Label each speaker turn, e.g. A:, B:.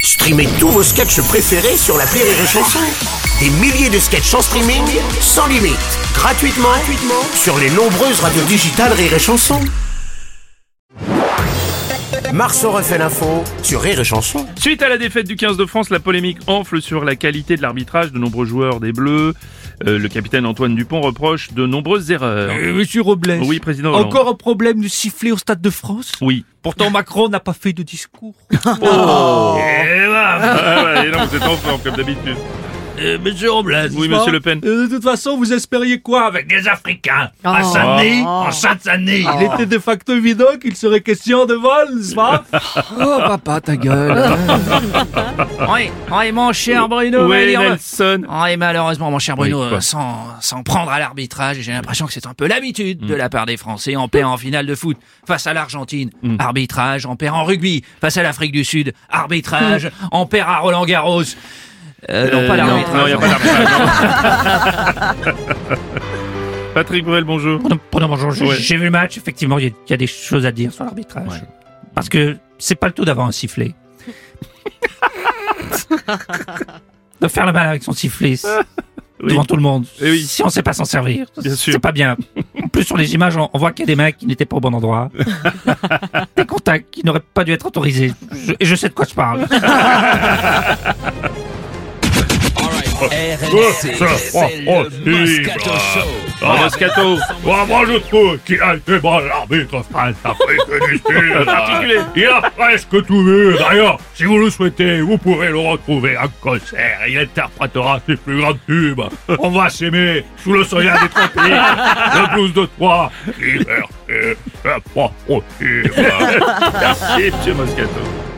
A: Streamez tous vos sketchs préférés sur la Rire et Chanson. Des milliers de sketchs en streaming, sans limite, gratuitement, gratuitement sur les nombreuses radios digitales Rire et Chanson. Marceau refait l'info sur Rire et Chanson.
B: Suite à la défaite du 15 de France, la polémique enfle sur la qualité de l'arbitrage de nombreux joueurs des Bleus. Euh, le capitaine Antoine Dupont reproche de nombreuses erreurs.
C: Euh, Monsieur Robles.
B: Hein Oui, président Hollande.
C: Encore un problème de siffler au Stade de France
B: Oui.
C: Pourtant, Macron n'a pas fait de discours.
B: Eh bah, bah, bah, et non, vous êtes en forme comme d'habitude.
C: monsieur Robles.
B: Oui, monsieur Le Pen.
D: Euh,
C: Euh, de toute façon, vous espériez quoi avec des Africains À
D: Oh.
C: Saint-Denis En Sainte-Saint-Denis Il était de facto évident qu'il serait question de vol, n'est-ce pas
E: Oh papa, ta gueule
C: Oh.
D: Oui, oui, Oh, mon cher Bruno. va
B: Oui,
D: dire-
B: Nelson.
D: Oui, malheureusement, mon cher Bruno,
B: Oui, quoi.
D: euh, sans, sans prendre à l'arbitrage, j'ai l'impression que c'est un peu l'habitude
C: Mm.
D: de la part des Français en paix en finale de foot face à l'Argentine.
C: Mm.
D: Arbitrage, en perd en rugby face à l'Afrique du Sud. Arbitrage, en perd à Roland Garros. Euh, non, pas
B: Euh, Non, il n'y
D: l'arbitrage.
B: a pas d'arbitrage. non. Patrick Bruel, bonjour.
F: Pardon, pardon, bonjour, j'ai-
B: Ouais.
F: j'ai vu le match, effectivement, il y, a- il y a des choses à dire sur l'arbitrage. Parce que c'est pas le tout d'avoir un sifflet. de faire la balle avec son sifflet c'est-
B: Oui.
F: devant tout le monde.
B: Eh oui.
F: Si on sait pas s'en servir,
B: Bien sûr.
F: c'est pas bien. En plus, sur les images, on, on voit qu'il y a des mecs qui n'étaient pas au bon endroit. des contacts qui n'auraient pas dû être autorisés. Je- et je sais de quoi je parle.
B: Oh, Moscato.
G: moi je trouve qu'il a été bon l'arbitre France Afrique du Sud.
B: Articulé.
G: Il a presque tout vu. D'ailleurs, si vous le souhaitez, vous pourrez le retrouver en concert. Il interprétera ses plus grands tubes. On va s'aimer sous le soleil des tropiques. Le blues de Troyes. Liberté, la propre
B: Merci, monsieur Moscato.